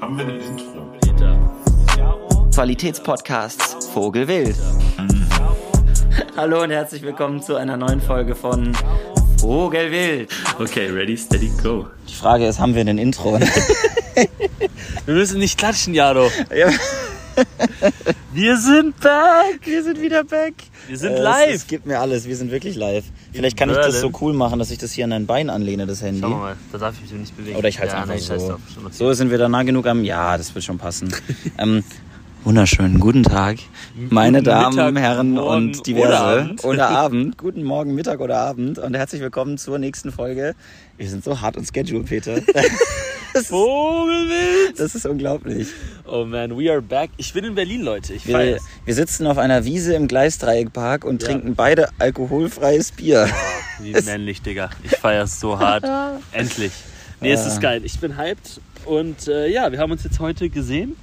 Haben wir ein Intro? Qualitätspodcasts Vogelwild. Hallo und herzlich willkommen zu einer neuen Folge von Vogelwild. Okay, ready, steady, go. Die Frage ist, haben wir ein Intro? Wir müssen nicht klatschen, Jaro. Ja. Wir sind back. wir sind wieder back. Wir sind Äh, live. Es, es gibt mir alles, wir sind wirklich live. Vielleicht kann ich das so Berlin. cool machen, dass ich das hier an dein Bein anlehne, das Handy. Schau mal, da darf ich mich nicht bewegen. Oder ich halte ja, einfach nee, scheiß so. drauf, schon okay. So sind wir da nah genug am. Ja, das wird schon passen. ähm, wunderschönen guten Tag, meine Guten Damen, Mittag, Herren Morgen und diverse. oder Abend. Oder Abend. Guten Morgen, Mittag oder Abend und herzlich willkommen zur nächsten Folge. Wir sind so hart on schedule, Peter. Vogelwild. das ist unglaublich. Oh man, we are back. Ich bin in Berlin, Leute. Ich Wir, feier's. wir sitzen auf einer Wiese im Gleisdreieckpark und Ja. trinken beide alkoholfreies Bier. Wie männlich, Digga. Ich feier's so hart. Endlich. Nee, Ah. es ist geil. Ich bin hyped. Und äh, ja, wir haben uns jetzt heute gesehen.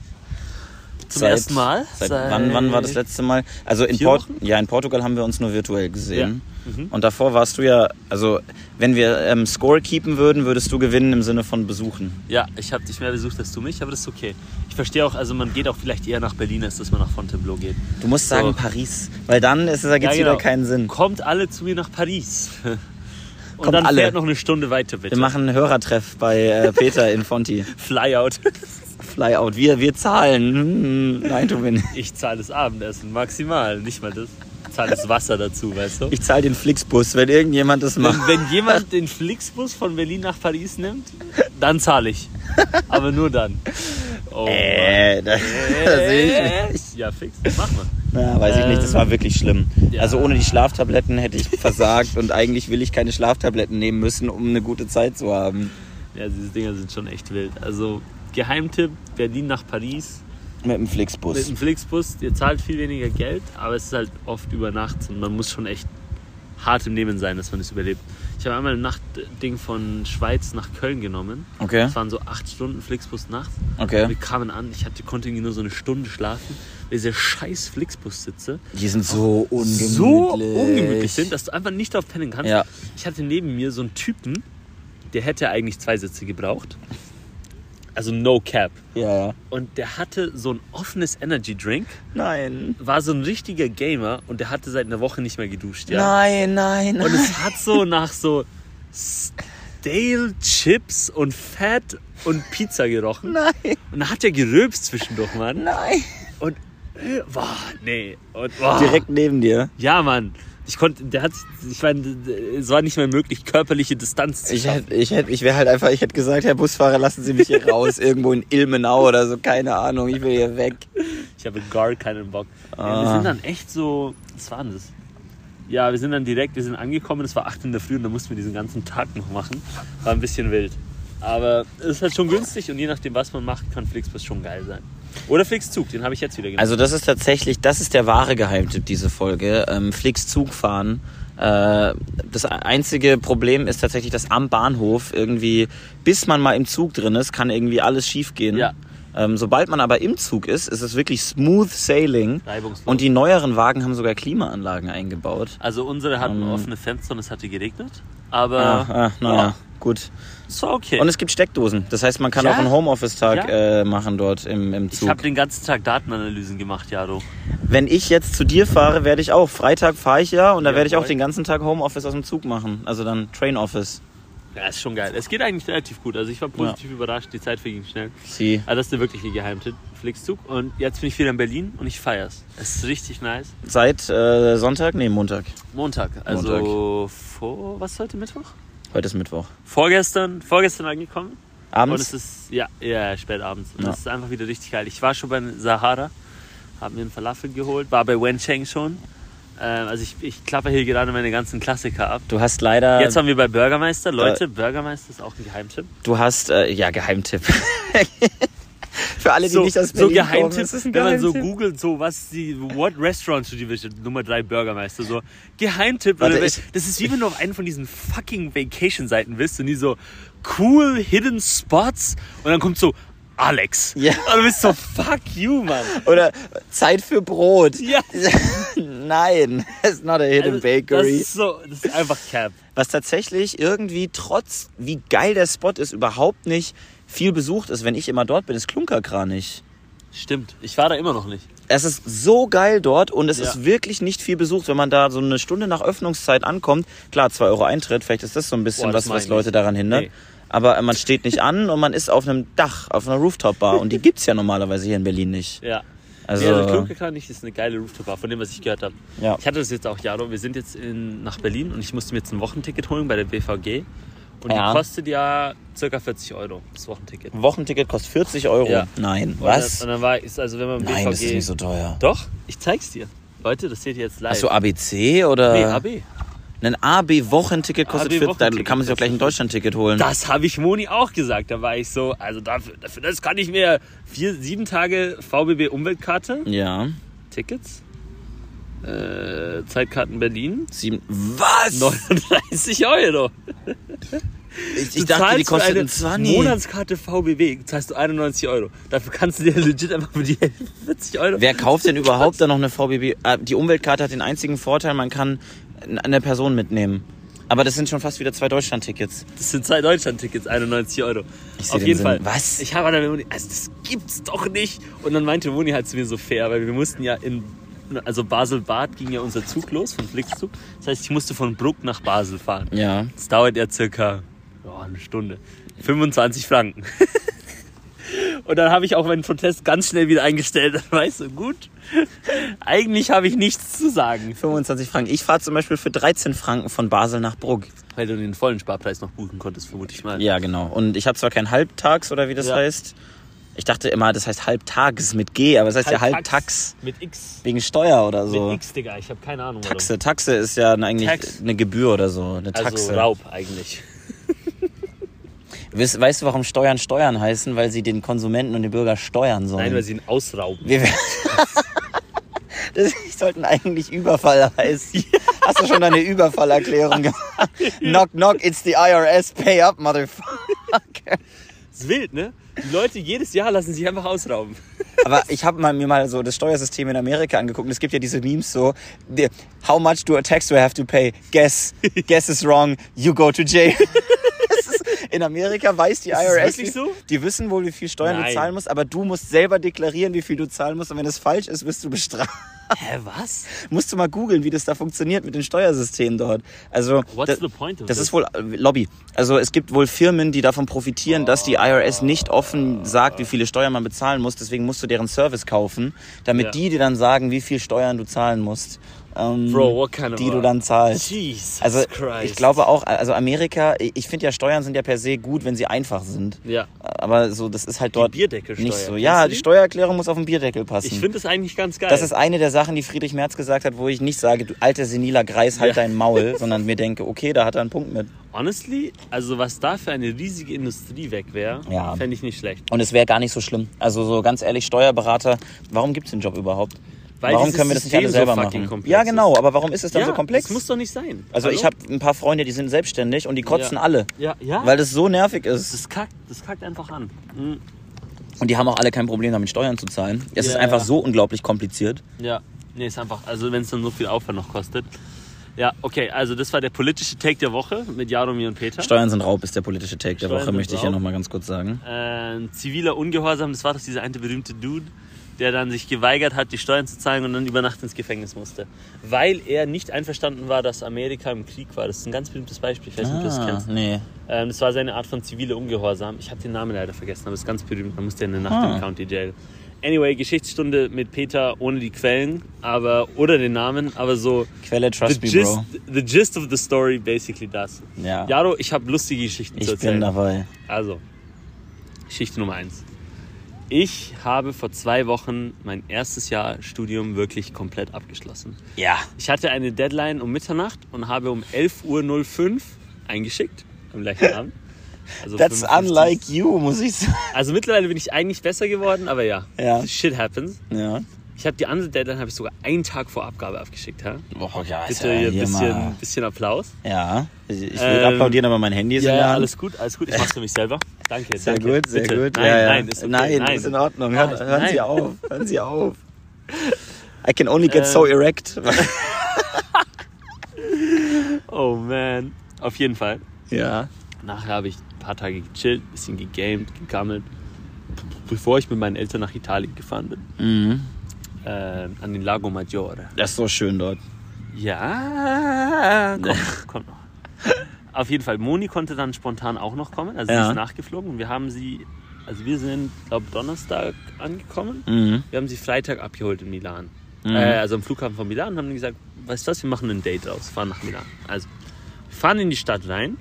Zum Seit- ersten Mal. Seit, wann, wann war das letzte Mal? Also in, Vier Port Wochen? Mhm. ja, in Portugal haben wir uns nur virtuell gesehen. Und davor warst du ja, also wenn wir ähm, Score keepen würden, würdest du gewinnen im Sinne von besuchen. Ja, ich habe dich mehr besucht als du mich, aber das ist okay. Ich verstehe auch, also man geht auch vielleicht eher nach Berlin, als dass man nach Fontainebleau geht. Du musst sagen So. Paris, weil dann ist es da Ja, gibt's genau. wieder keinen Sinn. Kommt alle zu mir nach Paris. Und Kommt dann alle. fährt noch eine Stunde weiter, bitte. Wir machen einen Hörertreff bei äh, Peter in Fonti. Flyout. Flyout. Wir, wir zahlen. Hm, Nein, du bin. Ich zahle das Abendessen, maximal. Nicht mal das. Ich zahle das Wasser dazu, weißt du? Ich zahle den Flixbus, wenn irgendjemand das macht. Wenn, wenn jemand den Flixbus von Berlin nach Paris nimmt, dann zahle ich. Aber nur dann. Oh, Äh, das, Mann. das sehe ich nicht. Ja, fix. Mach mal. Na, weiß ich nicht, das war wirklich schlimm. Ähm, ja. Also ohne die Schlaftabletten hätte ich versagt und eigentlich will ich keine Schlaftabletten nehmen müssen, um eine gute Zeit zu haben. Ja, diese Dinger sind schon echt wild. Also, Geheimtipp: Berlin nach Paris. Mit dem Mit Flixbus. dem Flixbus, ihr zahlt viel weniger Geld, aber es ist halt oft über Nacht und man muss schon echt hart im Nehmen sein, dass man es überlebt. Ich habe einmal ein Nachtding von Schweiz nach Köln genommen. Okay, Das waren so acht Stunden Flixbus nachts. Wir okay. kamen an, ich hatte, konnte irgendwie nur so eine Stunde schlafen, weil diese scheiß Flixbus sitze Die sind so ungemütlich. so ungemütlich sind, dass du einfach nicht drauf pennen kannst. Ja. Ich hatte neben mir so einen Typen, der hätte eigentlich zwei Sitze gebraucht. Also no cap. Ja, ja. Und der hatte so ein offenes Energy Drink Nein. war so ein richtiger Gamer und der hatte seit einer Woche nicht mehr geduscht, ja. Nein, nein, Und nein. es hat so nach so Stale Chips und Fett und Pizza gerochen. Nein, Und da hat er gerülpst zwischendurch, Mann. nein. Und äh, boah, nee. Und boah. Direkt neben dir. Ja, Mann. Ich konnte, der hat, ich meine, es war nicht mehr möglich, körperliche Distanz zu Ich schaffen. hätte, ich hätte, ich wäre halt einfach, ich hätte gesagt, Herr Busfahrer, lassen Sie mich hier raus, irgendwo in Ilmenau oder so, keine Ahnung, ich will hier weg. Ich habe gar keinen Bock. Ja, wir Ah. sind dann echt so. Was war denn das? Ja, wir sind dann direkt, wir sind angekommen, es war 8 in der Früh und dann mussten wir diesen ganzen Tag noch machen. War ein bisschen wild. Aber es ist halt schon günstig und je nachdem, was man macht, kann Flixbus schon geil sein. Oder Flixzug, den habe ich jetzt wieder gemacht. Also das ist tatsächlich, das ist der wahre Geheimtipp, diese Folge. Ähm, Flix Zug fahren. Äh, das einzige Problem ist tatsächlich, dass am Bahnhof irgendwie, bis man mal im Zug drin ist, kann irgendwie alles schiefgehen. Ja. Ähm, sobald man aber im Zug ist, ist es wirklich smooth sailing. Reibungslos. Also, Und die neueren Wagen haben sogar Klimaanlagen eingebaut. Also, unsere hatten offene Fenster und es hatte geregnet. Aber Ähm. Ah, ah, naja, ja, gut. es war okay. Und es gibt Steckdosen. Das heißt, man kann Ja. auch einen Homeoffice-Tag Ja. äh, machen dort im, im Zug. ich habe den ganzen Tag Datenanalysen gemacht, Jado. Wenn ich jetzt zu dir fahre, werde ich auch. Freitag fahre ich ja und da Ja, werde ich auch voll. den ganzen Tag Homeoffice aus dem Zug machen. Also dann Train Office. Ja, ist schon geil. Es geht eigentlich relativ gut. Also, ich war positiv überrascht, die Zeit verging schnell. Sie. Also das ist der wirkliche Geheimtipp, Flixzug. Und jetzt bin ich wieder in Berlin und ich feier's. Es ist richtig nice. Seit äh, Sonntag? Nee, Montag. Montag, also vor, was ist heute Mittwoch? Heute ist Mittwoch. Vorgestern, vorgestern angekommen. Und es Abends? ist, ja, ja, spät abends. Und Ja. es ist einfach wieder richtig geil. Ich war schon bei Sahara, hab mir einen Falafel geholt, war bei Wencheng schon. Ähm, also ich, ich klappe hier gerade meine ganzen Klassiker ab. Du hast leider. Jetzt waren wir bei Bürgermeister. Leute, Bürgermeister ist auch ein Geheimtipp. du hast. Äh, ja, Geheimtipp. Für alle, die nicht aus Berlin so Geheimtipp, kommen, ist es ein wenn man so Geheimtipp. googelt, so was die What Restaurant to Division Nummer 3 Bürgermeister so Geheimtipp Warte, oder, ich- das ist wie wenn du auf einen von diesen fucking Vacation Seiten bist und die so cool hidden spots und dann kommt so Alex. Ja. Und du bist so fuck you, Mann. Oder Zeit für Brot. Ja. Nein, it's not a hidden Also, Das bakery. ist so, das ist einfach Cap. Was tatsächlich irgendwie trotz, wie geil der Spot ist, überhaupt nicht viel besucht ist, wenn ich immer dort bin, ist Klunkerkranich. Stimmt. Ich war da immer noch nicht. Es ist so geil dort und es Ja. ist wirklich nicht viel besucht, wenn man da so eine Stunde nach Öffnungszeit ankommt. Klar, 2 Euro Eintritt, vielleicht ist das so ein bisschen Boah, das was, was mein Leute ich. daran hindert. Nee. Aber äh, man steht nicht an und man ist auf einem Dach, auf einer Rooftop-Bar und die gibt's ja normalerweise hier in Berlin nicht. Ja. Also- Also, nee, also Klunkerkranich ist eine geile Rooftop-Bar, von dem, was ich gehört habe. Ja. Ich hatte das jetzt auch, Jaro. Wir sind jetzt in, nach Berlin und ich musste mir jetzt ein Wochenticket holen bei der BVG. Und Ja. die kostet ja ca. 40 Euro, das Wochenticket. Wochenticket kostet 40 Euro. Ja. Nein, Und was? Dann, und dann war ich, also wenn man Nein, BVG... das ist nicht so teuer. Doch, ich zeig's dir. Leute, das seht ihr jetzt live. Achso, ABC oder? nee, AB. Ein AB-Wochenticket kostet AB 40, dann Wochenticket kann man sich auch gleich ein Deutschland-Ticket holen. Das habe ich Moni auch gesagt. Da war ich so, also dafür, dafür das kann ich mir vier, sieben Tage VBB Umweltkarte, Ja. Tickets, äh, Zeitkarten Berlin, Sieben. Was? 39 Euro. ich Du ich dachte, die zahlst für kostet eine einen 20. Monatskarte VBB zahlst du 91 Euro. Dafür kannst du dir legit einfach für die 40 Euro. Wer kauft denn überhaupt dann noch eine VBB? Ah, die Umweltkarte hat den einzigen Vorteil, man kann eine Person mitnehmen. Aber das sind schon fast wieder zwei Deutschland-Tickets. Das sind zwei Deutschland-Tickets, 91 Euro. Ich seh Auf den jeden Sinn. Fall. Was? Ich habe dann mit Moni, also das gibt's doch nicht. Und dann meinte Moni halt zu mir so fair, weil wir mussten ja in, also Basel-Bad ging ja unser Zug los, vom Flixzug. Das heißt, ich musste von Bruck nach Basel fahren. Ja. Das dauert ja circa ja, eine Stunde. 25 Franken. Und dann habe ich auch meinen Protest ganz schnell wieder eingestellt. Dann war ich so, gut, eigentlich habe ich nichts zu sagen. 25 Franken. Ich fahre zum Beispiel für 13 Franken von Basel nach Brugg. Weil du den vollen Sparpreis noch buchen konntest, vermute ich mal. Ja, genau. Und ich habe zwar kein Halbtags oder wie das Ja. heißt. Ich dachte immer, das heißt Halbtages mit G, aber es heißt ja Halbtags Halt Mit X. wegen Steuer oder so. Mit X, Digga, ich habe keine Ahnung. warum. Taxe. Taxe ist ja eine- eigentlich Tax. eine Gebühr oder so. Eine Also Taxe. Raub eigentlich. weißt, weißt du, warum Steuern Steuern heißen? Weil sie den Konsumenten und den Bürger steuern sollen. Nein, weil sie ihn ausrauben. Wir das sollten eigentlich Überfall heißen. Hast du schon deine Überfallerklärung gemacht? knock, knock, it's the IRS, pay up, motherfucker. Das ist wild, ne? Die Leute jedes Jahr lassen sich einfach ausrauben. Aber ich habe mal, mir mal so das Steuersystem in Amerika angeguckt und es gibt ja diese Memes so, the- how much do a tax do I have to pay? Guess, guess is wrong, you go to jail. Das ist- In Amerika weiß die Ist es IRS, wirklich die, so? die wissen wohl, wie viel Steuern du Nein. zahlen musst, aber du musst selber deklarieren, wie viel du zahlen musst und wenn es falsch ist, wirst du bestraft. Hä, was? Musst du mal googeln, wie das da funktioniert mit den Steuersystemen dort. Also What's da- the point of das this? ist wohl äh, Lobby. Also es gibt wohl Firmen, die davon profitieren, dass die IRS nicht offen sagt, wie viele Steuern man bezahlen muss. Deswegen musst du deren Service kaufen, damit Ja. die dir dann sagen, wie viel Steuern du zahlen musst, ähm, Bro, what kind of die du dann zahlst. Jesus Also Christ. ich glaube auch, also Amerika, ich finde ja Steuern sind ja per se gut, wenn sie einfach sind. Ja. Aber so, das ist halt dort Bierdeckelsteuer, nicht so. kennst Ja, du die die? Steuererklärung muss auf den Bierdeckel passen. Ich finde das eigentlich ganz geil. Das ist eine der Sachen, die Friedrich Merz gesagt hat, wo ich nicht sage, du alter seniler Greis, halt Ja. dein Maul, sondern mir denke, okay, da hat er einen Punkt mit. Honestly, also was da für eine riesige Industrie weg wäre, Ja. fände ich nicht schlecht. Und es wäre gar nicht so schlimm. Also so ganz ehrlich, Steuerberater, warum gibt es den Job überhaupt? Weil warum dieses können wir das nicht alle System so selber fucking machen? komplex Ja, ist. genau, aber warum ist es dann so komplex? Das muss doch nicht sein. also Hallo? ich habe ein paar Freunde, die sind selbstständig und die kotzen Ja. alle, Ja, ja. weil das so nervig ist. das kackt, das kackt einfach an. Und die haben auch alle kein Problem damit, Steuern zu zahlen. Es ist Ja. einfach so unglaublich kompliziert. Ja. Nee, ist einfach, also wenn es dann so viel Aufwand noch kostet. Ja, okay, also das war der politische Take der Woche mit Jaromir und Peter. Steuern sind Raub ist der politische Take der Steuern Woche, sind möchte ich hier Raub. nochmal ganz kurz sagen. äh, ziviler Ungehorsam, das war doch dieser eine berühmte Dude, der dann sich geweigert hat, die Steuern zu zahlen und dann über Nacht ins Gefängnis musste. Weil er nicht einverstanden war, dass Amerika im Krieg war. Das ist ein ganz berühmtes Beispiel, ich weiß nicht, ob du das Ah, kennst. nee. Ähm, das war seine Art von ziviler Ungehorsam. Ich habe den Namen leider vergessen, aber ist ganz berühmt. Man musste in der Nacht Ah. im County Jail. Anyway, Geschichtsstunde mit Peter ohne die Quellen, aber oder den Namen, aber so Quelle, trust the me, gist, bro. the gist of the story basically das. Ja. Jaro, ich habe lustige Geschichten zu Ich erzählen. bin dabei. Also, Geschichte Nummer eins. Ich habe vor zwei Wochen mein erstes Jahr Studium wirklich komplett abgeschlossen. Ja. Ich hatte eine Deadline um Mitternacht und habe um 11.05 Uhr eingeschickt am gleichen Abend. Also That's 55. unlike you, muss ich sagen. Also mittlerweile bin ich eigentlich besser geworden, aber ja, Ja. shit happens. Ja. Ich habe die andere Deadline habe ich sogar einen Tag vor Abgabe abgeschickt. Ja? Boah, ja, ist Bitte hier ja ein hier bisschen, mal. bisschen Applaus. Ja. Ich ich will Ähm, applaudieren, aber mein Handy ist Ja, in der ja, Hand. alles gut, alles gut. Ich mach's für mich selber. Danke. sehr danke. gut, sehr Bitte. gut. Nein, ja, ja. nein, ist okay. nein, ist in Ordnung. Hört, Nein, hören Sie nein. auf. Hören Sie auf. I can only get Äh, so erect. Oh man. Auf jeden Fall. ja. Nachher habe ich ein paar Tage gechillt, ein bisschen gegamed, gegammelt, bevor ich mit meinen Eltern nach Italien gefahren bin. Mhm. Äh, an den Lago Maggiore. Das ist so schön dort. Ja, komm, komm noch. Auf jeden Fall, Moni konnte dann spontan auch noch kommen. Also Ja. sie ist nachgeflogen und wir haben sie, also wir sind, glaube Donnerstag angekommen. Mhm. Wir haben sie Freitag abgeholt in Milan. Mhm. Äh, also am Flughafen von Milan und haben gesagt, weißt du was, wir machen ein Date raus, fahren nach Milan. Also, wir fahren in die Stadt rein.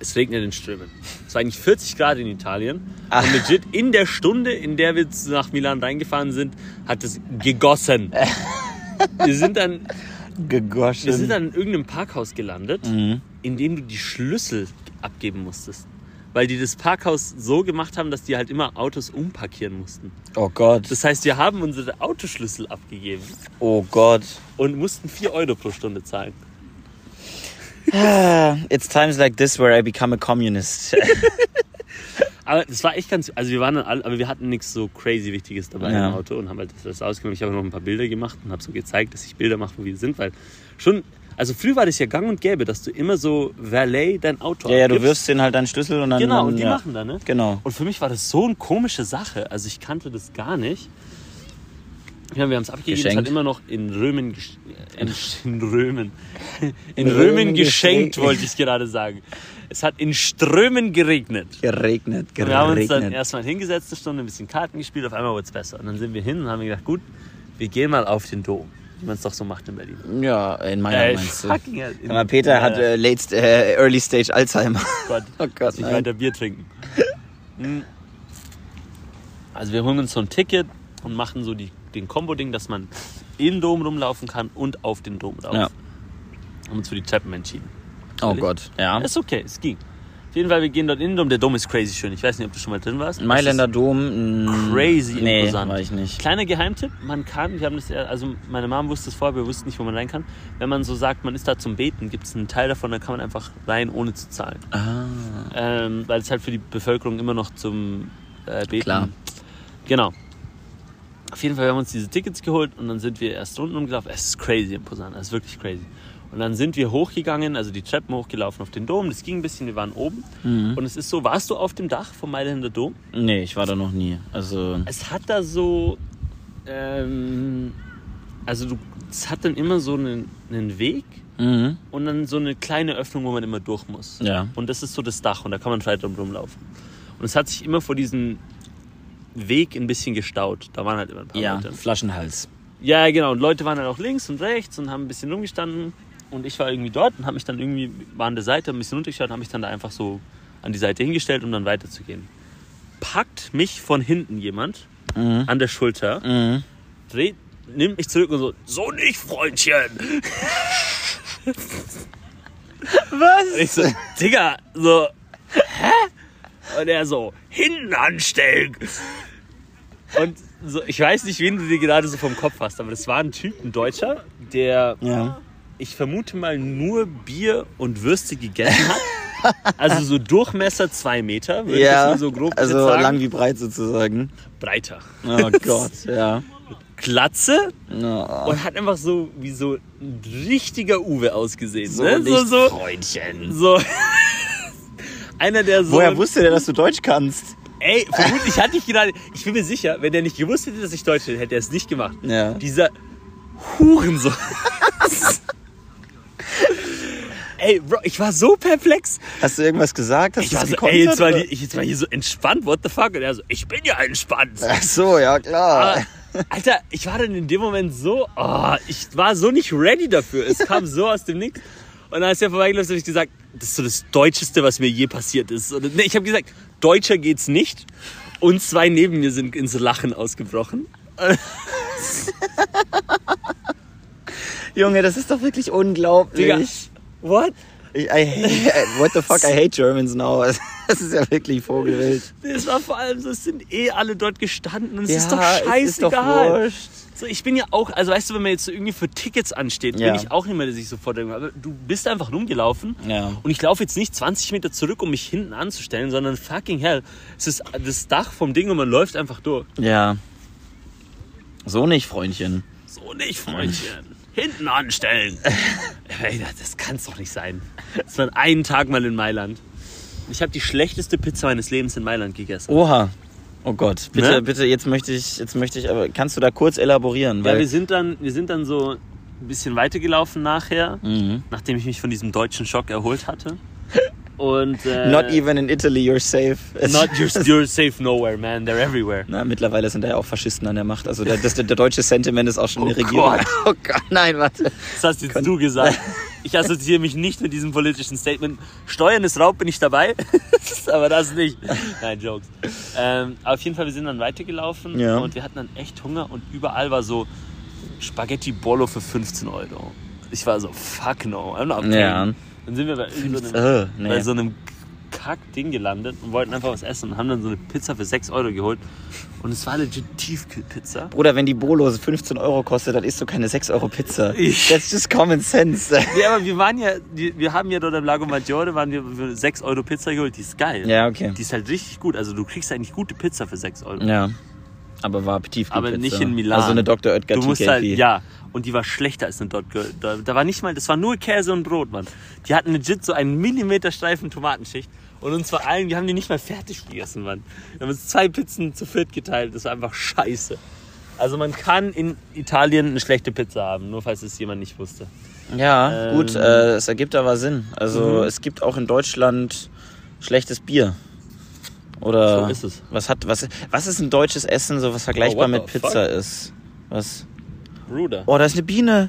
Es regnet in Strömen. Es war eigentlich 40 Grad in Italien. Ah. Und legit in der Stunde, in der wir zu- nach Milan reingefahren sind, hat es gegossen. Wir sind dann, Gegoschen. wir sind dann in irgendeinem Parkhaus gelandet, Mhm. in dem du die Schlüssel abgeben musstest. Weil die das Parkhaus so gemacht haben, dass die halt immer Autos umparkieren mussten. Oh Gott. Das heißt, wir haben unsere Autoschlüssel abgegeben Oh Gott. und mussten 4 Euro pro Stunde zahlen. Äh, It's times like this where I become a communist. Genau. Aber das war echt ganz. Also, wir waren dann alle, aber wir hatten nichts so crazy Wichtiges dabei Ja. im Auto und haben halt das, das ausgenommen. Ich habe noch ein paar Bilder gemacht und habe so gezeigt, dass ich Bilder mache, wo wir sind, weil schon. Also, früher war das ja gang und gäbe, dass du immer so Valet dein Auto ja, ja, du abgibst. wirfst denen halt deinen Schlüssel und dann. Genau, dann, und die ja. machen da, ne? Genau. Und für mich war das so eine komische Sache. Also ich kannte das gar nicht. Ja, wir haben es abgegeben, es Geschenkt. hat immer noch in Römen gesch- äh, in, in Römen. In, In Römen, Römen geschenkt, geschenkt. wollte ich gerade sagen. Es hat in Strömen geregnet. Geregnet, Und wir haben uns dann geregnet. erstmal hingesetzt, eine Stunde ein bisschen Karten gespielt, auf einmal wurde es besser. Und dann sind wir hin und haben gedacht, gut, wir gehen mal auf den Dom, wie man es doch so macht in Berlin. Äh, Ja, in meiner meinst du. fucking hell. Sag mal, Peter Ja, hat ja. äh, late, äh, Early Stage Alzheimer. Gott, Oh Gott, ich nein. weiter Bier trinken. Mm. also wir holen uns so ein Ticket und machen so die, den Kombo-Ding, dass man in den Dom rumlaufen kann und auf den Dom rauf. Ja. Haben uns für die Treppen entschieden. Oh Gott, ja. Ist okay, es ging. Auf jeden Fall, wir gehen dort in den Dom. Der Dom ist crazy schön. Ich weiß nicht, ob du schon mal drin warst. Mailänder Dom. mh, crazy nee, imposant. war ich nicht. Kleiner Geheimtipp, man kann, wir haben das, ja- also meine Mom wusste es vorher, wir wussten nicht, wo man rein kann. Wenn man so sagt, man ist da zum Beten, gibt es einen Teil davon, da kann man einfach rein, ohne zu zahlen. Ah, ähm, weil es halt für die Bevölkerung immer noch zum äh, Beten. Klar. Genau. Auf jeden Fall haben wir uns diese Tickets geholt und dann sind wir erst unten rumgelaufen. Es ist crazy imposant, es ist wirklich crazy. Und dann sind wir hochgegangen, also die Treppen hochgelaufen auf den Dom. Das ging ein bisschen, wir waren oben. Mhm. Und es ist so, warst du auf dem Dach vom Mailänder Dom? nee, ich war da noch nie. Also, Es hat da so, ähm, also du, es hat dann immer so einen, einen Weg mhm. und dann so eine kleine Öffnung, wo man immer durch muss. Ja. Und das ist so das Dach und da kann man frei drum rumlaufen. Und es hat sich immer vor diesem Weg ein bisschen gestaut. Da waren halt immer ein paar ja, Leute. Flaschenhals. Ja, genau. Und Leute waren dann auch links und rechts und haben ein bisschen rumgestanden. Und ich war irgendwie dort und habe mich dann irgendwie, war an der Seite, ein bisschen runtergeschaut und habe mich dann da einfach so an die Seite hingestellt, um dann weiterzugehen. Packt mich von hinten jemand an der Schulter, Mhm. dreht, nimmt mich zurück und so, so nicht, Freundchen. Was? Und ich so, Digga, so, hä? Und er so, hinten anstellen. Und so, ich weiß nicht, wen du dir gerade so vom Kopf hast, aber das war ein Typ, ein Deutscher, der, Ja. ich vermute mal, nur Bier und Würste gegessen hat. Also so Durchmesser zwei Meter, würde ich Ja, das mal so grob jetzt also sagen. lang wie breit sozusagen. breiter. Oh Gott, ja. Glatze Oh, und hat einfach so wie so ein richtiger Uwe ausgesehen. so ne? nicht so, so, Freundchen. so. Einer, der so. Woher wusste der, dass du Deutsch kannst? Ey, vermutlich hatte ich gerade. Ich bin mir sicher, wenn der nicht gewusst hätte, dass ich Deutsch bin, hätte er es nicht gemacht. Ja. Dieser Hurensohn. ey, Bro, ich war so perplex. Hast du irgendwas gesagt? Hast Ich du war es so, gekonnt, Also, ey, jetzt war, oder? die, ich- jetzt war hier so entspannt, what the fuck? Und er so, ich bin ja entspannt. Ach so, ja Aber, klar. Alter, ich war dann in dem Moment so, oh, ich war so nicht ready dafür. Es kam so aus dem Nix. Und als er vorbeigelaufen ist, habe ich gesagt, das ist so das Deutscheste, was mir je passiert ist. Und, nee, ich habe gesagt, Deutscher geht's nicht. Und zwei neben mir sind ins Lachen ausgebrochen. Junge, das ist doch wirklich unglaublich. Digga, what? Ich, I hate, what the fuck, I hate Germans now. Das ist ja wirklich Vogelwild. Das war vor allem so, es sind eh alle dort gestanden und es ja, ist doch es ist doch scheißegal. wurscht. so, ich bin ja auch, also weißt du, wenn man jetzt so irgendwie für Tickets ansteht, Ja. bin ich auch nicht mehr, dass ich sofort denke, aber du bist einfach rumgelaufen Ja. und ich laufe jetzt nicht 20 Meter zurück, um mich hinten anzustellen, sondern fucking hell, es ist das Dach vom Ding und man läuft einfach durch. Ja. So nicht, Freundchen. So nicht, Freundchen. Hinten anstellen. Ey, das- das kann's doch nicht sein. Das war einen Tag mal in Mailand. Ich habe die schlechteste Pizza meines Lebens in Mailand gegessen. Oha. Oh Gott, bitte, Ne? bitte, jetzt möchte ich, jetzt möchte ich, aber kannst du da kurz elaborieren? Ja, Weil, wir sind dann, wir sind dann so ein bisschen weitergelaufen nachher, Mhm. nachdem ich mich von diesem deutschen Schock erholt hatte. Und äh, Not even in Italy you're safe. Es- not you're, you're safe nowhere, man. They're everywhere. Na, mittlerweile sind da ja auch Faschisten an der Macht. Also der, das, der, der deutsche Sentiment ist auch schon Oh eine Regierung. Gott. Oh Gott, nein, warte. Das hast jetzt du gesagt. Ich assoziiere mich nicht mit diesem politischen Statement. Steuern ist Raub, bin ich dabei. Aber das nicht. Nein, Jokes. Ähm, auf jeden Fall, wir sind dann weitergelaufen Ja. und wir hatten dann echt Hunger und überall war so Spaghetti Bolo für 15 Euro. Ich war so, fuck no, I'm not paying. Ja. Dann sind wir bei, irgend so einem, Äh, nee. bei so einem Kack-Ding gelandet und wollten einfach was essen und haben dann so eine Pizza für 6 Euro geholt. Und es war legit Tiefkühlpizza. Bruder, wenn die Bolo 15 Euro kostet, dann isst du keine 6 Euro Pizza. Ich- That's just common sense. Ja, aber wir waren ja, wir wir haben ja dort am Lago Maggiore, waren wir für 6 Euro Pizza geholt, die ist geil. ja, okay. Die ist halt richtig gut. Also du kriegst eigentlich gute Pizza für 6 Euro. Ja. Aber war Petit Aber nicht in Milan. Also eine Dr. Oetker Du musst TKP. halt, ja. Und die war schlechter als eine Dot Girl. Da, da war nicht mal, das war nur Käse und Brot, Mann. Die hatten legit so einen Millimeterstreifen Tomatenschicht. Und uns vor allem, wir haben die nicht mal fertig gegessen, Mann. Wir haben uns zwei Pizzen zu viert geteilt. Das war einfach scheiße. Also man kann in Italien eine schlechte Pizza haben, nur falls es jemand nicht wusste. Ja, Ähm. mhm. gut, äh, es ergibt aber Sinn. Also es gibt auch in Deutschland schlechtes Bier. Oder So ist es. was hat was was ist ein deutsches Essen so was vergleichbar Oh, what mit the Pizza ist? Was? Bruder. Oh, Ah, da ist eine Biene.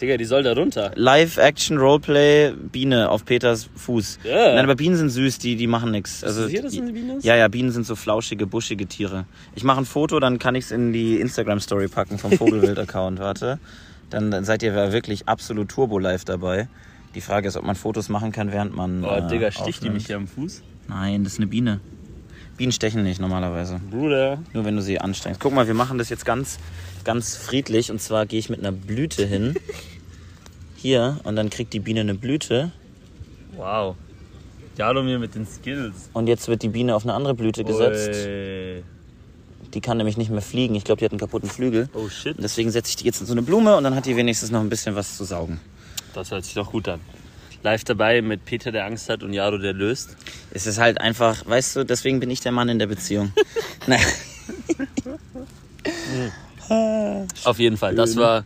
Digga, die soll da runter. Live Action Roleplay Biene auf Peters Fuß. Ja. Nein, aber Bienen sind süß, die die machen nichts. Also sicher, dass es eine Biene ist? Ja, ja, Bienen sind so flauschige, buschige Tiere. Ich mache ein Foto, dann kann ich es in die Instagram Story packen vom Vogelwild Account, warte. Dann, dann seid ihr ja wirklich absolut Turbo live dabei. Die Frage ist, ob man Fotos machen kann, während man Oh, äh, Digga, sticht die aufnimmt. mich hier am Fuß? Nein, das ist eine Biene. Bienen stechen nicht normalerweise. Bruder. Nur wenn du sie anstrengst. Guck mal, wir machen das jetzt ganz, ganz friedlich. Und zwar gehe ich mit einer Blüte hin. Hier. Und dann kriegt die Biene eine Blüte. Wow. Jaromir mit den Skills. Und jetzt wird die Biene auf eine andere Blüte gesetzt. Ui. Die kann nämlich nicht mehr fliegen. Ich glaube, die hat einen kaputten Flügel. Oh shit. Und deswegen setze ich die jetzt in so eine Blume und dann hat die wenigstens noch ein bisschen was zu saugen. Das hört sich doch gut an. Live dabei mit Peter, der Angst hat und Jaro, der löst. Es ist halt einfach, weißt du, deswegen bin ich der Mann in der Beziehung. Nein. Auf jeden Fall. Das war.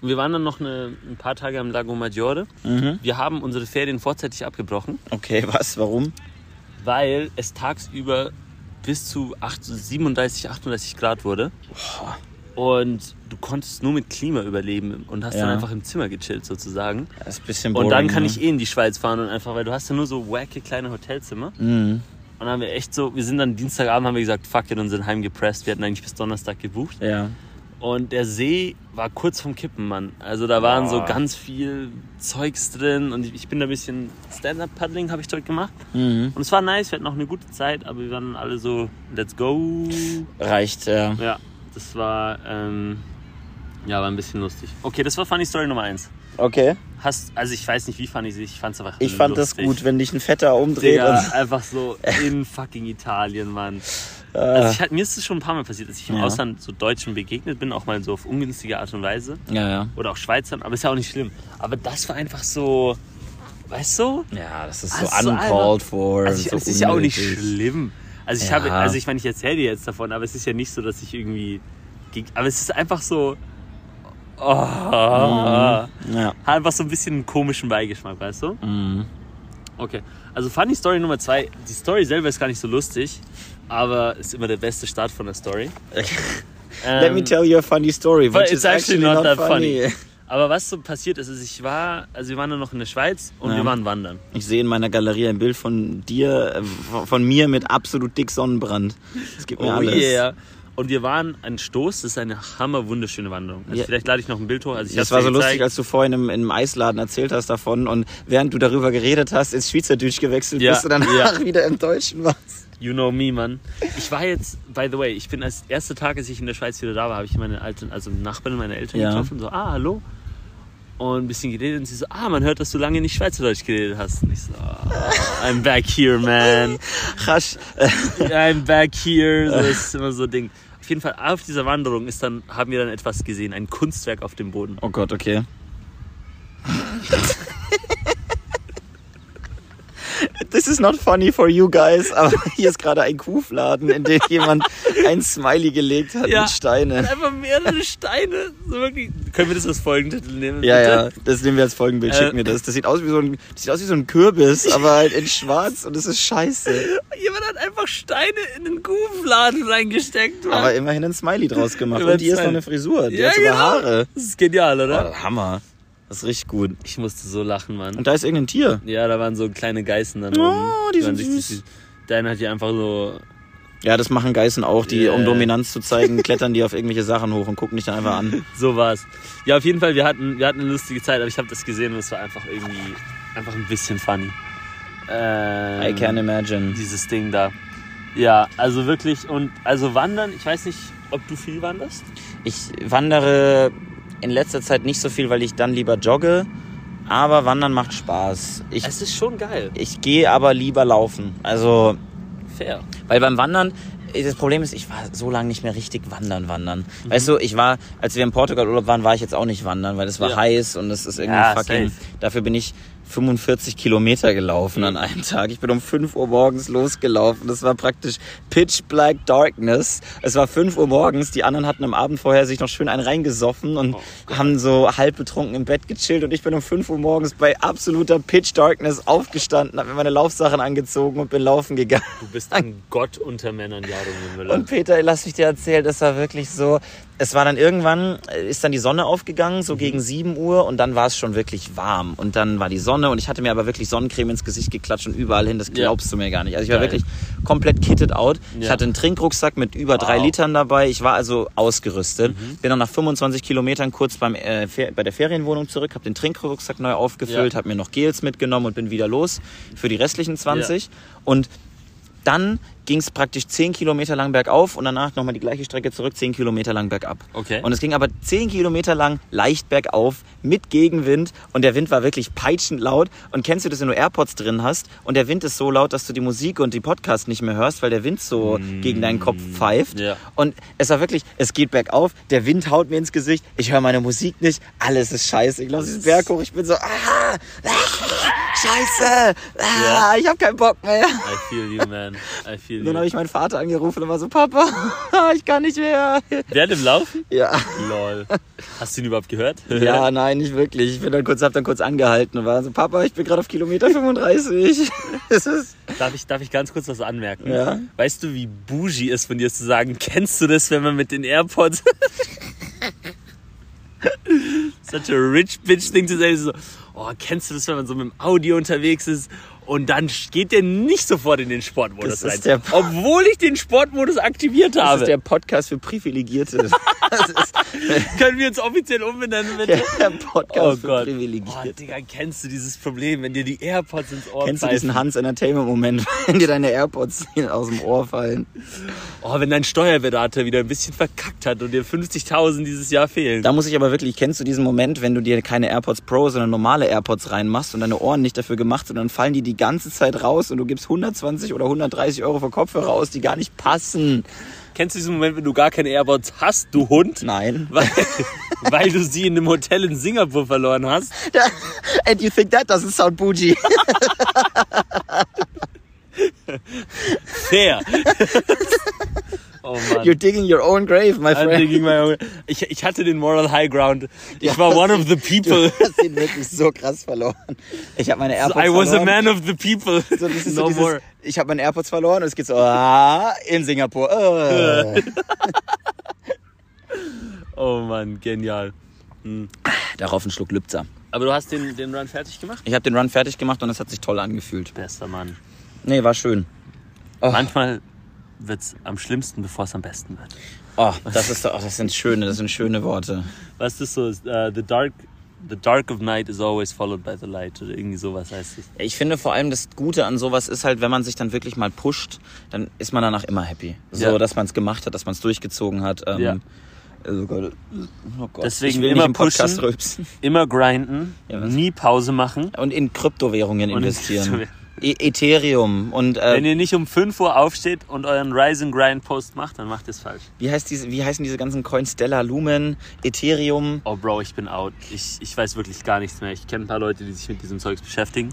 und Wir waren dann noch eine, ein paar Tage am Lago Maggiore. Wir haben unsere Ferien vorzeitig abgebrochen, Okay, was? Warum? weil es tagsüber bis zu 8, 37, 38 Grad wurde. Und du konntest nur mit Klima überleben und hast Ja. dann einfach im Zimmer gechillt sozusagen. Das ist ein bisschen boring, Und dann kann ich ne? eh in die Schweiz fahren und einfach, weil du hast ja nur so wacke kleine Hotelzimmer. Mhm. Und dann haben wir echt so, wir sind dann Dienstagabend, haben wir gesagt, fuck it und sind heimgepresst. Wir hatten eigentlich bis Donnerstag gebucht. Ja. Und der See war kurz vom Kippen, Mann. Also da waren so Boah. ganz viel Zeugs drin und ich- ich bin da ein bisschen Stand-Up-Paddling habe ich dort gemacht. Mhm. Und es war nice, wir hatten auch eine gute Zeit, aber wir waren dann alle so, let's go. Reicht, ja. Ja, das war, ähm, ja, war ein bisschen lustig. Okay, das war Funny Story Nummer eins. Okay. Hast, also ich weiß nicht, wie fand ich sie, ich fand's einfach Ich fand das lustig. gut, wenn dich ein Fetter umdreht. Digga, Und, einfach so in fucking Italien, Mann. äh, Also ich, hab- mir ist es schon ein paar Mal passiert, dass ich im Ja. Ausland so Deutschen begegnet bin, auch mal so auf ungünstige Art und Weise. ja, ja. Oder auch Schweizern, aber ist ja auch nicht schlimm. Aber das war einfach so, weißt du? Ja, das ist Ah, Also so so uncalled for. Also und ich, so es ist ja auch nicht unnötig. schlimm. Also ich Ja. habe, also ich meine, ich erzähle dir jetzt davon, aber es ist ja nicht so, dass ich irgendwie, geg- aber es ist einfach so, oh, Mhm. hat Ja. einfach so ein bisschen einen komischen Beigeschmack, weißt du? Mhm. Okay, also Funny Story Nummer zwei. Die Story selber ist gar nicht so lustig, aber ist immer der beste Start von der Story. Ähm, Let me tell you a funny story, but which is Ähm, actually not, that funny. Aber was so passiert ist, ist, ich war, also wir waren dann noch in der Schweiz und Ja. wir waren wandern. Ich sehe in meiner Galerie ein Bild von dir, äh, von- von mir mit absolut dick Sonnenbrand. Es gibt mir alles. Oh Und wir waren ein Stoß, das ist eine hammerwunderschöne Wanderung. Also Ja. Vielleicht lade ich noch ein Bild hoch. Also ich Das hab's war dir so lustig, gezeigt. als du vorhin im, im Eisladen erzählt hast davon und während du darüber geredet hast, ins Schweizerdeutsch gewechselt Ja, bist und danach ja. wieder im Deutschen warst. You know me, Mann. Ich war jetzt, by the way, ich bin als erster Tag, als ich in der Schweiz wieder da war, habe ich meine alten, also Nachbarn und meine Eltern Ja. getroffen, so, ah, hallo. Und ein bisschen geredet und sie so, ah, man hört, dass du lange nicht Schweizerdeutsch geredet hast. Und ich so, ah, I'm back here, man. Rasch. Äh, I'm back here. So das ist immer so ein Ding. Auf jeden Fall, auf dieser Wanderung ist dann, haben wir dann etwas gesehen, ein Kunstwerk auf dem Boden. Oh Gott, okay. This is not funny for you guys, aber hier ist gerade ein Kuhfladen, in den jemand ein Smiley gelegt hat Ja. mit Steinen. Einfach mehrere Steine. So wirklich. Können wir das als Folgentitel nehmen? Ja, bitte? ja, das nehmen wir als Folgenbild, Äh. schick mir das. Das sieht aus wie so ein, das sieht aus wie so ein Kürbis, aber halt in schwarz und das ist scheiße. Jemand hat einfach Steine in den Kuhfladen reingesteckt. Mann. Aber immerhin ein Smiley draus gemacht. Über Und hier ist noch Smiley. eine Frisur, die hat sogar genau. Haare. Das ist genial, oder? Boah, Hammer. Das ist richtig gut. Ich musste so lachen, Mann. Und da ist irgendein Tier. Ja, da waren so kleine Geißen dann. Oh, oben. die sind waren richtig süß. süß. Der eine hat die einfach so. Ja, das machen Geißen auch, die, Yeah. um Dominanz zu zeigen, klettern die auf irgendwelche Sachen hoch und gucken dich dann einfach an. So war's. Ja, auf jeden Fall, wir hatten, wir hatten eine lustige Zeit, aber ich habe das gesehen und es war einfach irgendwie. Einfach ein bisschen funny. Ähm, I can imagine. Dieses Ding da. Ja, also wirklich. Und also wandern, ich weiß nicht, ob du viel wanderst. Ich wandere in letzter Zeit nicht so viel, weil ich dann lieber jogge. Aber Wandern macht Spaß. Ich, Es ist schon geil. ich gehe aber lieber laufen. Also, Fair. weil beim Wandern, äh, das Problem ist, ich war so lange nicht mehr richtig wandern, wandern. Mhm. Weißt du, ich war, als wir in Portugal Urlaub waren, war ich jetzt auch nicht wandern, weil es war Ja. heiß und es ist irgendwie Ja, fucking. safe. Dafür bin ich 45 Kilometer gelaufen Mhm. an einem Tag. Ich bin um 5 Uhr morgens losgelaufen. Das war praktisch Pitch Black Darkness. Es war 5 Uhr morgens. Die anderen hatten am Abend vorher sich noch schön einen reingesoffen Oh und haben so halb betrunken im Bett gechillt. Und ich bin um 5 Uhr morgens bei absoluter Pitch Darkness aufgestanden, habe mir meine Laufsachen angezogen und bin laufen gegangen. Du bist ein Gott unter Männern, ja, Junge Müller. Ah. Und Peter, lass mich dir erzählen, das war wirklich so. Es war dann irgendwann, äh, ist dann die Sonne aufgegangen, Mhm. so gegen 7 Uhr, und dann war es schon wirklich warm. Und dann war die Sonne, und ich hatte mir aber wirklich Sonnencreme ins Gesicht geklatscht und überall hin, das glaubst du mir gar nicht. Also ich war Geil. wirklich komplett kitted out. Ich Ja. hatte einen Trinkrucksack mit über drei Wow. Mhm. Litern dabei. Ich war also ausgerüstet. Bin dann nach 25 Kilometern kurz beim, äh, Fer- bei der Ferienwohnung zurück, habe den Trinkrucksack neu aufgefüllt, Ja. habe mir noch Gels mitgenommen und bin wieder los für die restlichen 20. Und dann ging es praktisch 10 Kilometer lang bergauf und danach nochmal die gleiche Strecke zurück, 10 Kilometer lang bergab. Okay. Und es ging aber 10 Kilometer lang leicht bergauf mit Gegenwind und der Wind war wirklich peitschend laut. Und kennst du das, wenn du AirPods drin hast und der Wind ist so laut, dass du die Musik und die Podcast nicht mehr hörst, weil der Wind so gegen deinen Kopf pfeift? Mm. Ja. Und es war wirklich, es geht bergauf, der Wind haut mir ins Gesicht, ich höre meine Musik nicht, alles ist scheiße. Ich laufe diesen Berg hoch, ich bin so, ah, ah scheiße, ah, Ja. ich habe keinen Bock mehr. I feel you, man. I feel Dann you. habe ich meinen Vater angerufen und war so, Papa, ich kann nicht mehr. Während dem Laufen? Ja. Lol. Hast du ihn überhaupt gehört? Ja, nein, nicht wirklich. Ich bin dann kurz, hab dann kurz angehalten und war so, Papa, ich bin gerade auf Kilometer 35. Es ist, Darf ich, darf ich ganz kurz was anmerken? Ja. Weißt du, wie bougie es von dir ist zu sagen, kennst du das, wenn man mit den AirPods. Such a rich bitch thing to say. So, oh, kennst du das, wenn man so mit dem Audio unterwegs ist und dann geht der nicht sofort in den Sportmodus Das rein? ist der- obwohl ich den Sportmodus aktiviert das ist habe. der Podcast für Privilegierte. Das ist Können wir uns offiziell umbenennen, bitte? der, der Podcast Oh für Gott. Oh, Privilegierte. Digga, kennst du dieses Problem, wenn dir die AirPods ins Ohr Kennst du pfeifen? diesen Hans Entertainment-Moment, wenn dir deine AirPods aus dem Ohr fallen? Oh, wenn dein Steuerberater wieder ein bisschen verkackt hat und dir 50.000 dieses Jahr fehlen. Da muss ich aber wirklich, kennst du diesen Moment, wenn du dir keine AirPods Pro, sondern normale AirPods reinmachst und deine Ohren nicht dafür gemacht sind, dann fallen die die ganze Zeit raus und du gibst 120 oder 130 Euro für Kopfhörer aus, die gar nicht passen. Kennst du diesen Moment, wenn du gar keine AirPods hast, du Hund? Nein. Weil, weil du sie in einem Hotel in Singapur verloren hast? And you think that doesn't sound bougie? Fair. oh Mann. You're digging your own grave, my I'm friend. thinking my own- Ich, ich hatte den Moral High Ground. Ich Ja, war das one of the people. Du hast ihn wirklich so krass verloren. Ich habe meine AirPods I was a verloren. man of the people. So, das ist no so dieses, more. Ich habe meine AirPods verloren und es geht so ah, in Singapur. Äh. Oh Mann, genial. Darauf ein Schluck Lübzer. Aber du hast den, den Run fertig gemacht? Ich habe den Run fertig gemacht und es hat sich toll angefühlt. Bester Mann. Nee, war schön. Oh. Ah. Manchmal wird's am schlimmsten, bevor es am besten wird. Oh, das ist, oh, das sind schöne, das sind schöne Worte. Was ist so? äh, the dark, the dark of night is always followed by the light oder irgendwie sowas heißt es. Ich finde vor allem das Gute an sowas ist halt, wenn man sich dann wirklich mal pusht, dann ist man danach immer happy. So, Ja. dass man es gemacht hat, dass man es durchgezogen hat. Ähm, Ja. also Gott, oh Gott. Deswegen ich will immer nicht im Podcast pushen. rülpsen. Immer grinden, Ja, was? nie Pause machen. Und in Kryptowährungen Und in investieren. Kryptowährungen. E Ethereum und äh, Wenn ihr nicht um 5 Uhr aufsteht und euren Rise and Grind Post macht, dann macht ihr es falsch. wie, heißt diese, wie heißen diese ganzen Coins? Stellar Lumen, Ethereum. Oh Bro, ich bin out. Ich, ich weiß wirklich gar nichts mehr. Ich kenne ein paar Leute, die sich mit diesem Zeugs beschäftigen.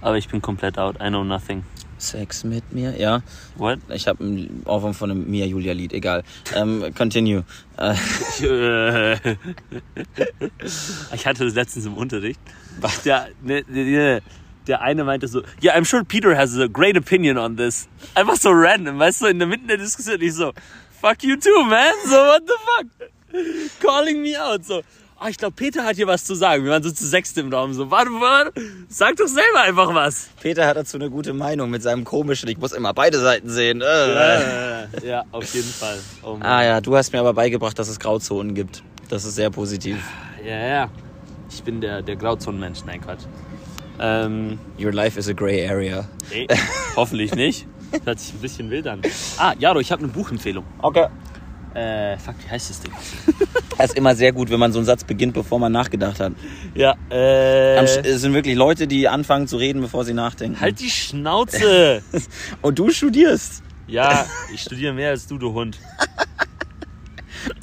Aber ich bin komplett out. I know nothing. Sex mit mir, ja. What? Ich habe einen Ohrwurm von einem Mia Julia Lied, egal. Ähm, continue. Äh, Ich, äh, ich hatte das letztens im Unterricht. Der, ne, ne, der eine meinte so, ja, yeah, I'm sure Peter has a great opinion on this. Einfach so random, weißt du, in der Mitte der Diskussion. Ich so, fuck you too, man. So, what the fuck? Calling me out. So, ah, ich glaube, Peter hat hier was zu sagen. Wir waren so zu sechst im Raum. So, warte, warte, sag doch selber einfach was. Peter hat dazu eine gute Meinung mit seinem komischen, ich muss immer beide Seiten sehen. Äh. Äh, ja, auf jeden Fall. Oh Mann. Ah ja, du hast mir aber beigebracht, dass es Grauzonen gibt. Das ist sehr positiv. Ah, Ja, ja. Ich bin der, der Grauzonenmensch. Nein, Quatsch. Ähm, Your life is a gray area. nee, hoffentlich nicht. Das hört sich ein bisschen wild an. Ah, Jaro, ich habe eine Buchempfehlung. Okay. Äh, fuck, wie heißt das Ding? Das ist immer sehr gut, wenn man so einen Satz beginnt, bevor man nachgedacht hat. Ja, Am äh... Sch- Es sind wirklich Leute, die anfangen zu reden, bevor sie nachdenken. Halt die Schnauze! Und du studierst. Ja, ich studiere mehr als du, du Hund.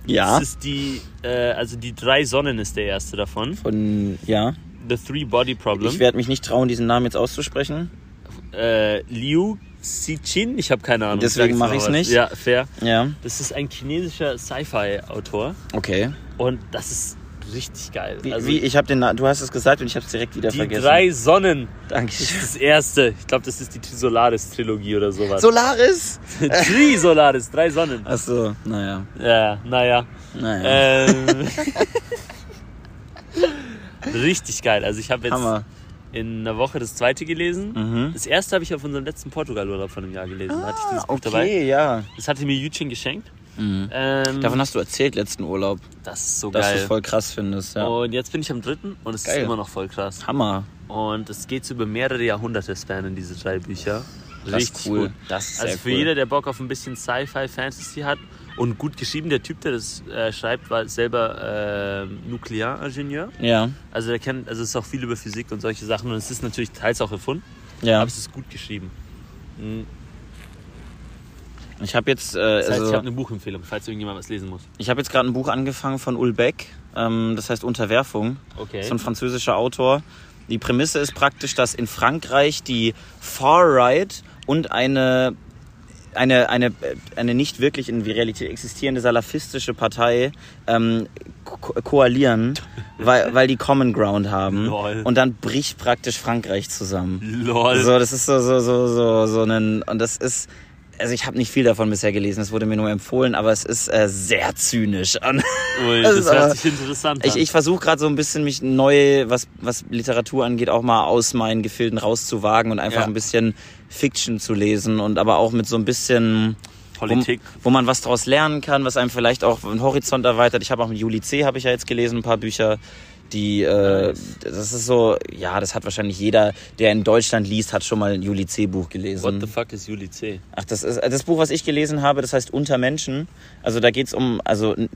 Ja. Das ist die, äh, also die drei Sonnen ist der erste davon. Von, ja. The Three Body Ich Problem. werde mich nicht trauen, diesen Namen jetzt auszusprechen. Äh, Liu Cixin, ich habe keine Ahnung. Deswegen Sag mach ich's jetzt mal was. nicht. Ja, fair. Ja. Das ist ein chinesischer Sci-Fi-Autor. Okay. Und das ist richtig geil. Wie, also wie ich habe den Na du hast es gesagt und ich habe es direkt wieder die vergessen. drei Sonnen ist Dankeschön. das erste. Ich glaube, das ist die Trisolaris-Trilogie oder sowas. Solaris. Trisolaris, drei Sonnen. Ach so, naja. Ja, naja. Naja. Ähm, richtig geil. Also ich habe jetzt Hammer. in einer Woche das zweite gelesen. Mhm. Das erste habe ich auf unserem letzten Portugal-Urlaub von einem Jahr gelesen. Da hatte ich dieses Buch Ah, Okay, dabei. ja. Das hatte mir Yücin geschenkt. Mhm. Ähm, Davon hast du erzählt letzten Urlaub, das ist so dass du geil. Oh. es voll krass findest. Ja. Und jetzt bin ich am dritten und es Geil. ist immer noch voll krass. Hammer. Und es geht über mehrere Jahrhunderte spannen, diese drei Bücher. Das ist Richtig cool. cool. Das ist Also sehr für cool. jeder, der Bock auf ein bisschen Sci-Fi, Fantasy hat und gut geschrieben, der Typ, der das äh, schreibt, war selber äh, Nuklearingenieur. Ja. Also der kennt, also es ist auch viel über Physik und solche Sachen und es ist natürlich teils auch erfunden, Ja. aber es ist gut geschrieben. Mhm. Ich habe jetzt, äh, Das heißt, ich also, habe eine Buchempfehlung, falls irgendjemand was lesen muss. ich habe jetzt gerade ein Buch angefangen von Ulbeck. Ähm, das heißt Unterwerfung. Okay. ist so ein französischer Autor. Die Prämisse ist praktisch, dass in Frankreich die Far Right und eine eine, eine, eine nicht wirklich in Realität existierende salafistische Partei ähm, ko koalieren, weil, weil die Common Ground haben. Lol. Und dann bricht praktisch Frankreich zusammen. Lol. So, das ist so, so, so, so, so ein. Und das ist. Also ich habe nicht viel davon bisher gelesen, es wurde mir nur empfohlen, aber es ist äh, sehr zynisch. Und Ui, das das ist hört also aber- sich interessant ich, an. ich versuche gerade so ein bisschen mich neu, was, was Literatur angeht, auch mal aus meinen Gefilden rauszuwagen und einfach Ja. ein bisschen Fiction zu lesen und aber auch mit so ein bisschen Politik. Wo, wo man was daraus lernen kann, was einem vielleicht auch einen Horizont erweitert. Ich habe auch mit Juli C. habe ich ja jetzt gelesen, ein paar Bücher, die äh, Nice. das ist so, ja, das hat wahrscheinlich jeder, der in Deutschland liest, hat schon mal ein Juli C. Buch gelesen. What the fuck ist Juli C? Ach, das ist äh, das Buch, was ich gelesen habe, das heißt Unter Menschen. Also da geht's um, also n-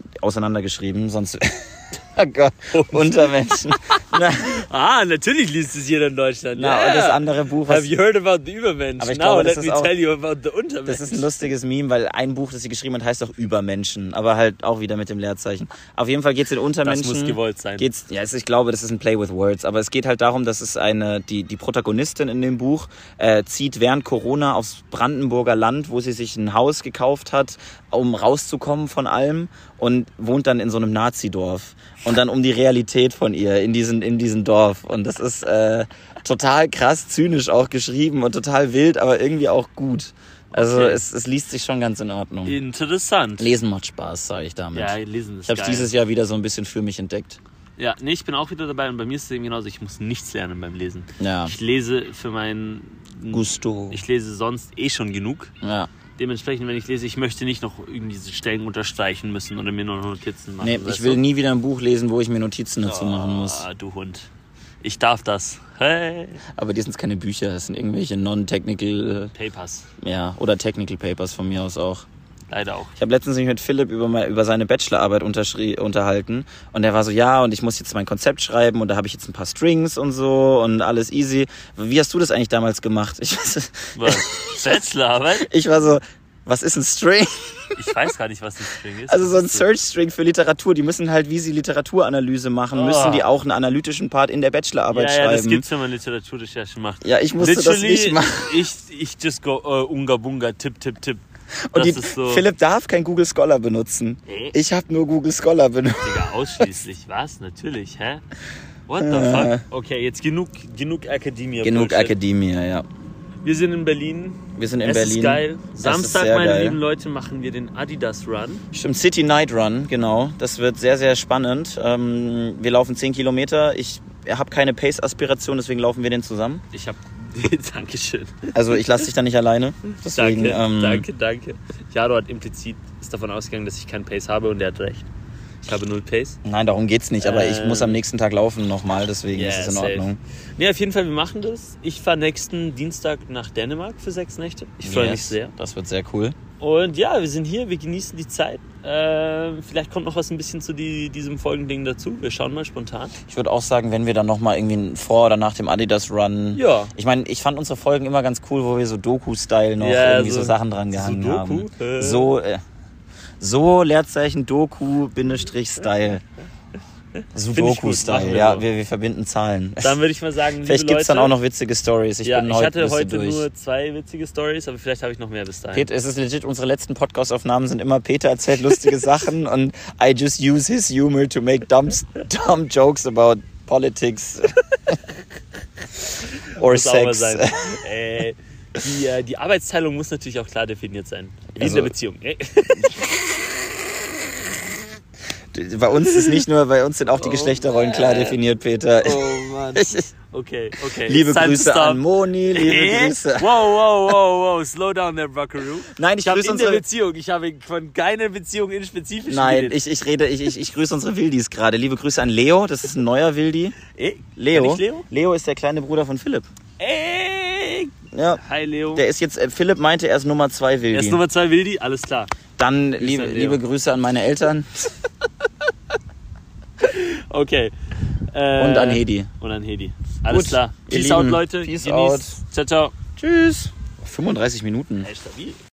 auseinandergeschrieben, sonst. oh Gott, Unter Menschen. na, Ah, natürlich liest es jeder in Deutschland. na, ja. Genau, und das andere Buch, was, Have you heard about the Übermensch? Aber ich Now glaube, das let ist me auch- tell you about the Untermensch. das ist ein lustiges Meme, weil ein Buch, das sie geschrieben hat, heißt auch Übermenschen, aber halt auch wieder mit dem Leerzeichen. Auf jeden Fall geht's in Untermenschen. muss gewollt sein. Geht's, ja, es- ich glaube, das ist ein Play with Words, aber es geht halt darum, dass es eine, die, die Protagonistin in dem Buch äh, zieht während Corona aufs Brandenburger Land, wo sie sich ein Haus gekauft hat, um rauszukommen von allem und wohnt dann in so einem Nazidorf und dann um die Realität von ihr in diesem in diesem Dorf und das ist äh, total krass zynisch auch geschrieben und total wild, aber irgendwie auch gut. Also Okay. es, es liest sich schon ganz in Ordnung. Interessant. Lesen macht Spaß, sage ich damit. Ja, lesen ist ich habe geil. dieses Jahr wieder so ein bisschen für mich entdeckt. ja, nee, ich bin auch wieder dabei und bei mir ist es eben genauso, ich muss nichts lernen beim Lesen. Ja. Ich lese für meinen... Gusto. Ich lese sonst eh schon genug. Ja. Dementsprechend, wenn ich lese, ich möchte nicht noch irgendwie diese Stellen unterstreichen müssen oder mir noch Notizen machen. Nee, Also, weißt ich will du? nie wieder ein Buch lesen, wo ich mir Notizen dazu machen muss. Ah, du Hund. Ich darf das. Hey. Aber die sind keine Bücher, das sind irgendwelche non-technical, Papers. äh, ja, oder technical papers von mir aus auch. Leider auch. Ich habe letztens mich mit Philipp über, mal, über seine Bachelorarbeit unterschrie- unterhalten und er war so, ja, und ich muss jetzt mein Konzept schreiben und da habe ich jetzt ein paar Strings und so und alles easy. Wie hast du das eigentlich damals gemacht? Ich, weiß- Was? Bachelorarbeit? ich war so, Was ist ein String? Ich weiß gar nicht, was das String ist. Also so ein Das ist Search-String für Literatur. Die müssen halt, wie sie Literaturanalyse machen, Oh. müssen die auch einen analytischen Part in der Ja, Bachelorarbeit ja, das schreiben. gibt's, wenn man Literaturrecherche macht. Ja, ich musste das nicht machen. Ich, ich just go äh, unga bunga, tipp, tipp, tipp. Und Das die, ist so, Philipp darf kein Google Scholar benutzen. Nee. Ich habe nur Google Scholar benutzt. Digga, ausschließlich. Was? Natürlich, hä? What the fuck? Okay, jetzt genug, genug Akademie. Äh. Genug Bullshit. Akademie, ja. Wir sind in Berlin. Wir sind in es Berlin. ist geil. Es ist Samstag, sehr meine geil. lieben Leute, machen wir den Adidas Run. Stimmt, City Night Run, genau. Das wird sehr, sehr spannend. Ähm, wir laufen 10 Kilometer. Ich habe keine Pace-Aspiration, deswegen laufen wir den zusammen. Ich hab. Dankeschön. Also ich lasse dich da nicht alleine. Deswegen, Danke, ähm, danke, danke. Jaro hat implizit ist davon ausgegangen, dass ich keinen Pace habe und er hat recht. Ich habe null Pace. Nein, darum geht's nicht, aber ich Ähm. muss am nächsten Tag laufen nochmal, deswegen Ja, ist es in safe. Ordnung. Nee, auf jeden Fall, wir machen das. Ich fahre nächsten Dienstag nach Dänemark für sechs Nächte. Ich freue mich Yes, sehr. Das wird sehr cool. Und ja, wir sind hier, wir genießen die Zeit. Ähm, vielleicht kommt noch was ein bisschen zu die, diesem Folgending dazu. Wir schauen mal spontan. Ich würde auch sagen, wenn wir dann nochmal irgendwie vor oder nach dem Adidas Run. Ja. Ich meine, ich fand unsere Folgen immer ganz cool, wo wir so Doku-Style noch Ja, irgendwie so, so Sachen dran gehangen Sudoku, haben. äh. So, äh, so Leerzeichen Doku-Style. machen Sudoku-Style, wir ja, so. wir, wir verbinden Zahlen. Dann würde ich mal sagen, liebe Vielleicht Leute, gibt's dann auch noch witzige Stories. Ich ja, bin ich heute, ein hatte bisschen heute durch. nur zwei witzige Stories, aber vielleicht habe ich noch mehr bis dahin. Peter, es ist legit, unsere letzten Podcast-Aufnahmen sind immer Peter erzählt lustige Sachen und I just use his humor to make dumb, dumb jokes about politics uh, or muss sauber sex. sein. äh, die, äh, die Arbeitsteilung muss natürlich auch klar definiert sein. Wie Also- in der Beziehung. Äh, Bei uns ist nicht nur, bei uns sind auch die Geschlechterrollen klar definiert, Peter. Äh. oh Mann. Okay, okay. Liebe It's time to Grüße stop. an Moni, liebe Äh? Grüße. Wow, wow, wow, wow. Slow down there, Buckaroo. Nein, ich habe grüße in der unsere- Beziehung. Ich habe von keiner Beziehung in spezifisch Nein, geredet. ich, ich rede, ich, ich, ich grüße unsere Wildis gerade. Liebe Grüße an Leo, das ist ein neuer Wildi. Äh, kenn Leo. ich Leo? Leo ist der kleine Bruder von Philipp. Ey. Ja. Hi, Leo. Der ist jetzt, äh, Philipp meinte, er ist Nummer zwei Wildi. Er ist Nummer zwei Wildi, alles klar. Dann liebe, an Leo. liebe Grüße an meine Eltern Okay. Äh, und an Hedi. Und an Hedi. Alles Gut, klar. ihr Peace out, Lieben. Leute. Peace Genießt. Ciao, ciao. Tschüss. 35 Minuten. Ey, stabil.